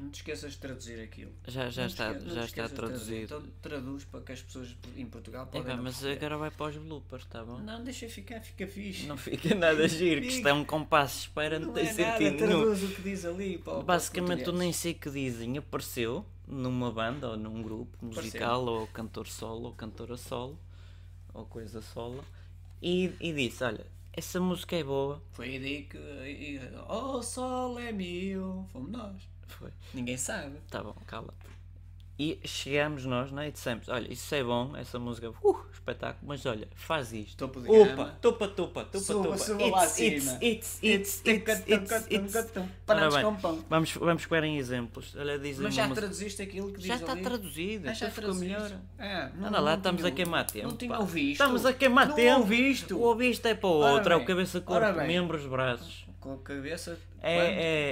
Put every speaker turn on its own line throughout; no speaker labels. Não te esqueças de traduzir aquilo.
Já, já
Não te
está,
esque- não te
já está
esqueças de traduzir.
traduzido.
Então traduz para que as pessoas em Portugal
É,
podem.
pá,
não
mas
perceber.
agora vai para os bloopers, tá bom?
Não, deixa ficar, fica fixe.
Não fica nada giro, que
Fica.
isto é um compasso de espera, não,
Não
tem
é nada,
sentido nenhum.
traduz o que diz ali. Para, o- para o
Basicamente, eu
português.
nem sei o que dizem. Apareceu numa banda ou num grupo musical, ou cantor solo, ou cantora solo, ou coisa solo, e, e disse: Olha, essa música é boa.
Foi aí que. e- Oh, sol é meu. Fomos nós.
Foi.
Ninguém sabe.
Tá bom, cala-te. E chegámos nós, né? E dissemos: Olha, isso é bom, essa música, uh, espetáculo, mas olha, faz isto.
Topo de
Opa,
gama.
topa, topa, topa,
Suba,
topa.
suba lá
It's, it's,
acima.
it's, it's, it's, it's, it's. Ora
Para
bem,
com pão.
Vamos, vamos pegar em exemplos. Olha, dizem
Mas já
uma música-
traduziste aquilo que diz
Já está
ali?
traduzido,
Ah, já
já ficou
traduziste?
melhor.
Ah, não,
Anda lá,
não
estamos
tinha
a queimar
ouvido.
tempo.
Não tinha
pá.
ouvido.
Estamos a queimar
não
tempo.
ouviste.
O ouviste é para o
Ora
outro, é o
bem,
cabeça,
ora
corpo,
bem.
membros, braços.
Com a cabeça.
É,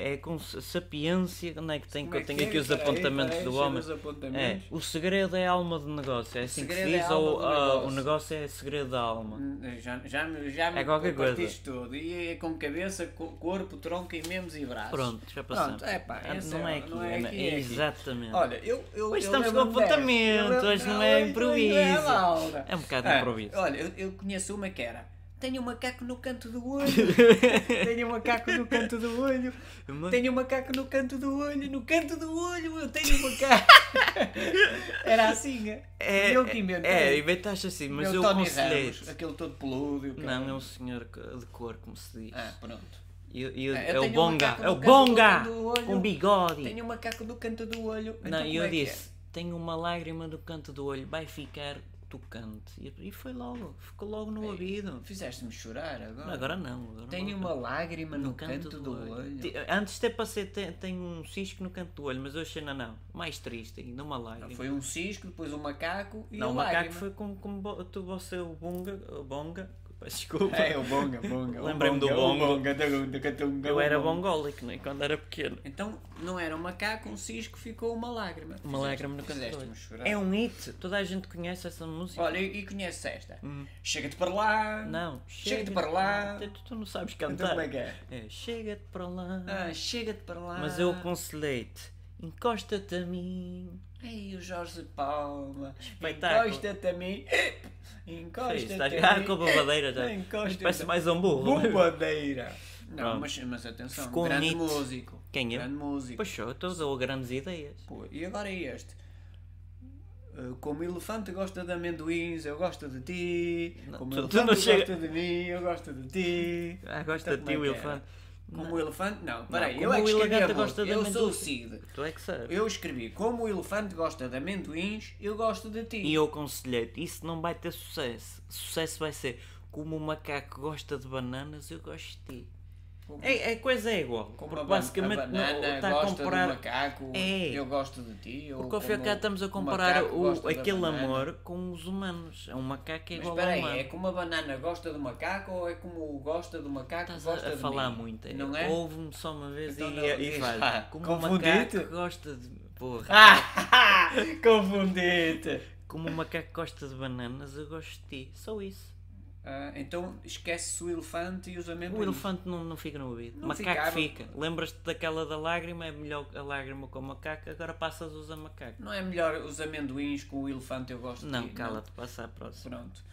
é, é com sa- sapiência, não é que tem
Como
que
é
eu tenho
que é?
aqui os
Espera aí,
apontamentos
espera aí,
do
deixa eu
homem.
ver os
É,
apontamentos.
o segredo é a alma do negócio, é assim que se
segredo é a
diz,
alma
ou
do
ah, o
negócio.
negócio é segredo da alma.
Hum, Já, já, me- já me
É qualquer
compartiste tudo. E é com cabeça, co- corpo, tronco e membros e braços.
Pronto, já passamos.
Pronto, é pá,
Ah,
esse
não
é-
é aqui,
não é
Ana,
aqui,
é
é aqui.
exatamente.
Olha, eu. eu
Hoje
eu
estamos com
lembro-me desta.
apontamento,
Eu lembro-
hoje não é
hoje não é
improviso.
Laura.
É um bocado
Ah,
improviso.
Olha, eu, eu conheço uma que era. Tenho um macaco no canto do olho. tenho um macaco no canto do olho.
Uma-
Tenho um macaco no canto do olho. No canto do olho eu tenho um macaco. era assim, é?
É,
eu que
é,
inventei.
é, inventaste assim, mas
Meu
eu
Tony
aconselhei
Ramos, aquele todo peludo. e o
Não,
caralho.
é um senhor que- de cor, como se diz.
Ah, pronto.
E-
É,
e-
eu
é o
tenho um
Bonga,
macaco
é o
no canto do
Bonga!
olho.
Com bigode!
Tenho um macaco no canto do olho.
Não,
Então,
eu
como é que é?
disse, tenho uma lágrima no canto do olho, vai ficar tocante. E, e foi logo, ficou logo no ouvido.
Fizeste-me chorar agora.
Não, agora não. Agora
É Tenho
não.
uma lágrima no, canto, do, olho.
Ti- Antes até passei, te- tenho um cisco no canto do olho, mas hoje ainda não. Mais triste ainda, uma lágrima.
Não, Foi um cisco, depois um macaco e
Não,
a
o macaco
lágrima.
foi como, como bo- tu, você, o Bunga, o Bonga, peço desculpa.
É, o bonga, bonga. o é
Lembrei-me do
bonga,
bongo.
o bonga, da gunga, da gunga,
Eu
o
era
bonga.
bongólico, né, quando era pequeno.
Então, não era um macaco, um cisco, ficou uma lágrima.
Uma
Fizeste-
lágrima no canto do
Fizeste-me
olho.
chorar.
É um hit, toda a gente conhece essa música. Hum.
Olha, e e conheces esta? Chega-te para lá.
Não,
Chega-te para lá.
Tu, tu não sabes cantar.
Então como é que é?
É, chega-te para lá.
Ah, chega-te para lá.
Mas eu aconselhei-te, encosta-te a mim.
Ei, o Jorge Palma.
Espetáculo.
Encosta-te a mim.
Sim,
Encosta-te a
estás
mim.
ah, com a babadeira já.
Encosta-te
Parece
a-
mais um burro.
Bombadeira.
Pronto.
Não, mas, mas atenção,
Ficou
grande
bonito.
músico.
Quem é?
Grande músico.
Pois só, eu estou a dar grandes ideias.
Pô, e agora é este? Uh, Como elefante gosta de amendoins, eu gosto de ti.
Não,
Como
tu- tu
elefante
não chega-
gosta de mim, eu gosto de ti.
Ah, gosta
Então,
de
como
ti
é
o
que
elefante.
Como o elefante. Não, peraí,
como
eu é que
o
escrevi a
elefante
música.
gosta de
Eu sou o
amendoins.
Cid.
Tu é que sabes.
Eu escrevi Como o elefante gosta de amendoins, eu gosto de ti.
E eu aconselhei-te, isso não vai ter sucesso. Sucesso vai ser, como o macaco gosta de bananas, eu gosto de ti.
Como-
É, a coisa é igual.
Como
porque
a ban-
basicamente
a
não-
banana
está a
gosta
comparar...
do macaco,
É.
eu gosto de ti. ou
Porque ao fim e ao
como
cabo estamos a
o
comparar
macaco
o-
gosta da
aquele
banana.
amor com os humanos. É um macaco é
Mas
igual
espera
a um
aí, é
humano.
como a banana gosta do macaco ou é como o gosta do macaco
Estás
gosta
a, a
de
falar
mim?
muito. é.
Não é?
Ouve-me só uma vez
Então
e, é,
não,
e
diz
faz.
lá.
Como um
Confundi-te?
macaco gosta de. Porra.
Ah, confundi-te.
Como um macaco gosta de bananas, eu gosto de ti. Só isso.
Ah, então esquece o elefante e os
O
amendoins.
elefante não, não fica no ouvido.
É Não
macaco
ficava.
fica. Lembras-te daquela da lágrima? É melhor a lágrima com o macaco. Agora passas a usar macaco.
Não é melhor os amendoins com o elefante eu gosto de
Não,
ti?
cala-te, passa à próxima.
Pronto.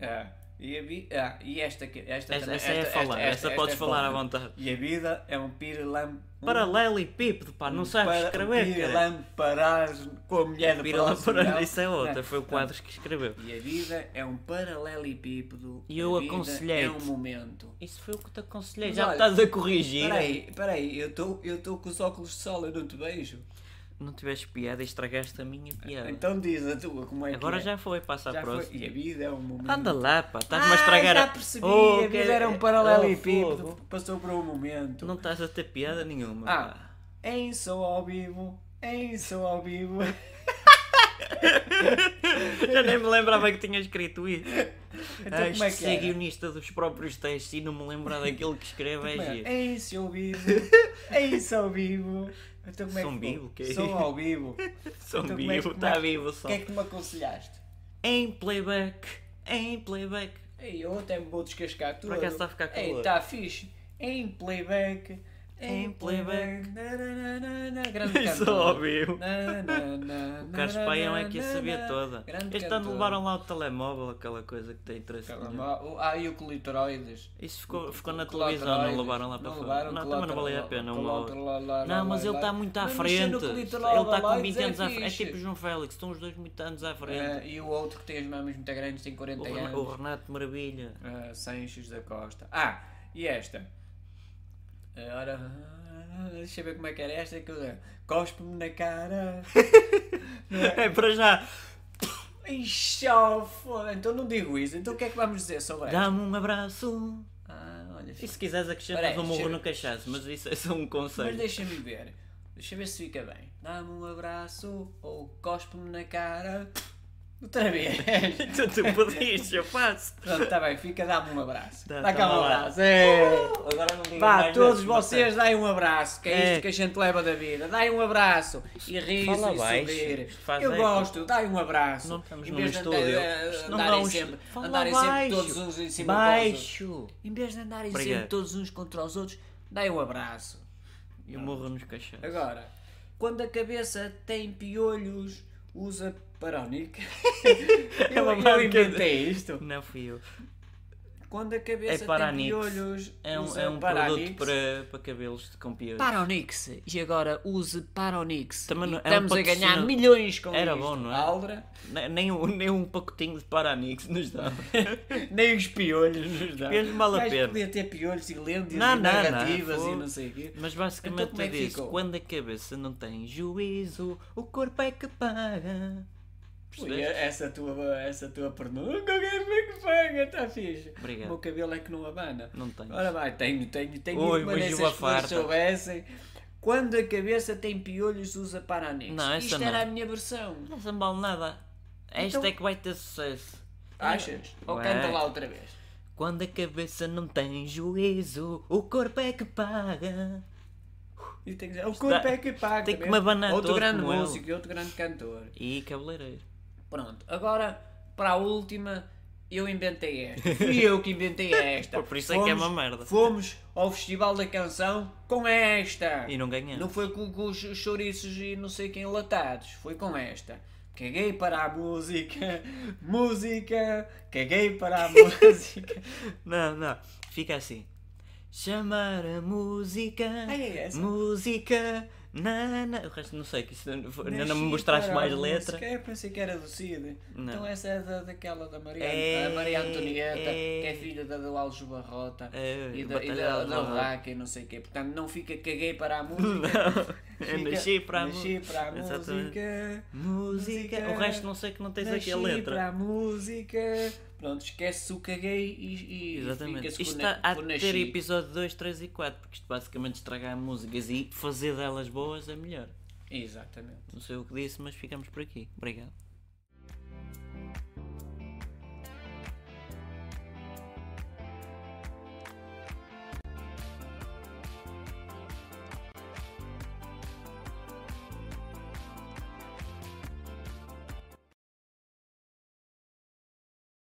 Ah, e, a vi- ah, e esta que esta,
Essa,
também-
essa é a falar. Essa
é
podes falar à
falar.
vontade.
E a vida é um pirilam... um
Paralelepípedo, pá, não sabes
Hum, para-
escrever, cara.
pirilamparás com a mulher da
Vira lá
próxima,
para
não?
isso é outra,
Não.
foi o quadro que escreveu.
E a vida é um paralelepípedo.
E eu
a vida É um
aconselhei-te.
momento.
Isso foi o que te aconselhei,
Mas
já me
olha,
estás a corrigir.
Peraí, peraí, eu estou eu tô com os óculos de sol, eu não te vejo.
Não tiveste piada e estragaste a minha piada.
Então diz a tua, como é
Agora
que é?
já foi, passa
Já
à
foi.
próxima.
E a vida é um momento.
Anda lá, pá, estás-me
ah,
a estragar
já percebi,
Oh,
a vida
que-
era um
Oh,
paralelepípedo,
fogo.
passou para um momento.
Não estás a ter piada nenhuma.
Ah,
pá.
em sou ao vivo, em sou ao vivo.
Já nem me lembrava que tinha escrito isso.
Então
Ah,
como é
isto
que
ser
era?
guionista dos próprios textos e não me lembrar daquilo que escrevo é giro.
É isso ao vivo, é isso ao vivo. Então como é que
São
ficou?
vivo, que é
Sou
isso?
ao vivo.
São
Então como é que-
vivo,
como é
está
que-
vivo
O
só.
que é que me aconselhaste?
Em playback, em playback.
Ei, eu até me vou descascar tudo.
acaso está a ficar com
Ei,
dor.
está fixe. Em playback,
Em playback.
Na, na, na, na, na, grande
E só
É um cantor.
ouviu.
Na, na, na,
O Carlos
na,
Paião
na,
é que a
na,
sabia
na.
toda.
Grande
Este ano
cantor.
levaram lá o telemóvel, aquela coisa que tem três
Aquela
segundos.
ma- o- Ah, e o Clitoroides.
Isso ficou, ficou na
Colaterais.
televisão, não levaram lá para
Não
fora.
levaram,
Não, também não
colateral-
valia a pena. uma
colateral-
outra.
lá, lá, lá,
Não, mas
lá,
ele
lá.
está muito à
Mas mexer
frente.
no
Ele
colateral, lá,
está
lá,
com 20
isso é
anos à frente. É
fixe.
tipo João Félix, estão os dois muito anos à frente.
É, e o outro que tem as mamas muito grandes tem 40
O Ren-
anos.
O Renato Maravilha.
Ah, Sanches da Costa. Ah, e esta? Ah, Ora, deixa eu ver como é que era esta. que eu- Cospe-me na cara.
É para já.
Ixi, oh, foda Então não digo isso. Então o que é que vamos dizer sobre esta?
Dá-me um abraço.
Ah, olha.
E se quiseres acrescentas
Peraí,
um morro
chega.
no cachaço, mas isso é só um
Mas
conselho.
deixa-me ver. Deixa eu ver se fica bem. Dá-me um abraço ou cospe-me na cara. Outra vez.
Então tu pediste, eu faço.
Pronto, está bem. Fica, dá-me um abraço.
Dá-
Dá cá
toma
um
lá. Uh!
abraço. É.
Agora não digo
Vá,
mais
todos
nada.
vocês dai um abraço, que é,
É.
isto que a gente leva da vida. Dai um abraço e rir
Fala
e
baixo,
sorrir.
isto faz
Eu
eco.
gosto, dai um abraço.
Não estamos
em
num
vez de andar-
estúdio.
eh,
Isto não dá
andarem
um
sempre,
estúdio. Fala
andarem sempre
baixo.
todos uns em cima dos outros.
Baixo.
Em vez de andarem sempre
Obrigado.
todos uns contra os outros, dai um abraço.
E o morro nos cachaços.
Agora, quando a cabeça tem piolhos, usa parónica.
É
eu,
uma
eu
marca
inventei isto.
Não fui eu.
Quando a cabeça tem
É Paranix.
piolhos,
É um,
usa
é um
Paranix.
produto para, para cabelos de campeões.
Paronix. E agora use Paronix.
Também
E
não- é um
estamos a
patrocínio-
ganhar milhões com
Era
isto.
bom, não é?
Aldra,
Ne- Nem, um- nem um pacotinho de Paranix nos dá.
nem os piolhos nos dá.
Piolhos vale a
Mas
pena.
podia ter piolhos e lentes
Não,
e
não,
narrativas
não,
e
pô.
não sei o quê.
Mas basicamente
Então como é que
diz:
ficou?
quando a cabeça não tem juízo, o corpo é que paga.
Ui, é.
Percebeste?
essa tua, essa tua pernunca, alguém vê que pega, está fixe.
Obrigado.
O meu cabelo é que não abana.
Não tens.
Ora vai, tenho, tenho, tenho.
Ui,
mas se
mas uma
as pessoas
farta.
soubessem. Quando a cabeça tem piolhos, usa Paranix.
Não, essa
Isto
não.
era a minha versão.
Não se vale nada. Esta
Então-
é que vai ter sucesso.
Achas? Ou
Ué.
canta lá outra vez.
Quando a cabeça não tem juízo, o corpo é que paga.
E tem que dizer, o corpo
dá-
é que paga.
tem que
mesmo.
me abanar
Outro
todo
grande
como ele.
músico e outro grande cantor.
E cabeleireiro.
Pronto, agora para a última, eu inventei esta. Fui eu que inventei esta.
Por isso é que é uma merda.
Fomos ao Festival da Canção com esta.
E não ganhamos.
Não foi com, com os chouriços e não sei quem latados, foi com esta. Caguei para a música, música, caguei para a música.
Não, não. Fica assim. Chamar a música.
Ai, é essa?
Música. Na, na. O resto não sei, que isso não, ainda não
Nasci
me mostraste
para
mais
a
letra.
música. Eu pensei que era do Cid.
Não.
Então essa é da, daquela da Maria,
É,
a Maria Antonieta,
é.
que é filha da do Alves Barrota
É,
e da, e
Batalha
da,
de
da
Alvará.
Raca e não sei o quê. Portanto, não fica caguei para a música.
Eu
Fica,
nasci para a
nasci
música.
para a
Exatamente.
música.
Música.
Música.
O resto não sei que não tens aqui
nasci
a
para
letra.
a música. Pronto, esquece o caguei e, e
Exatamente.
fica-se
Isto
com,
está
na-
a
com
ter
nasci.
episódio 2, 3 e 4, porque isto basicamente estragar músicas e fazer delas boas é melhor.
Exatamente.
Não sei o que disse, mas ficamos por aqui. Obrigado.